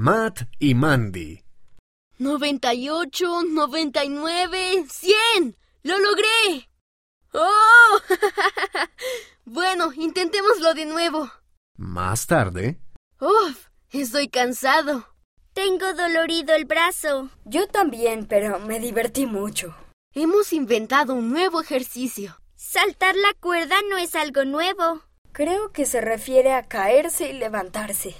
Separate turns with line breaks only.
Matt y Mandy.
98, 99, 100. ¡Lo logré! ¡Oh! bueno, intentémoslo de nuevo.
Más tarde,
¡Uf! Estoy cansado.
Tengo dolorido el brazo.
Yo también, pero me divertí mucho.
Hemos inventado un nuevo ejercicio.
Saltar la cuerda no es algo nuevo.
Creo que se refiere a caerse y levantarse.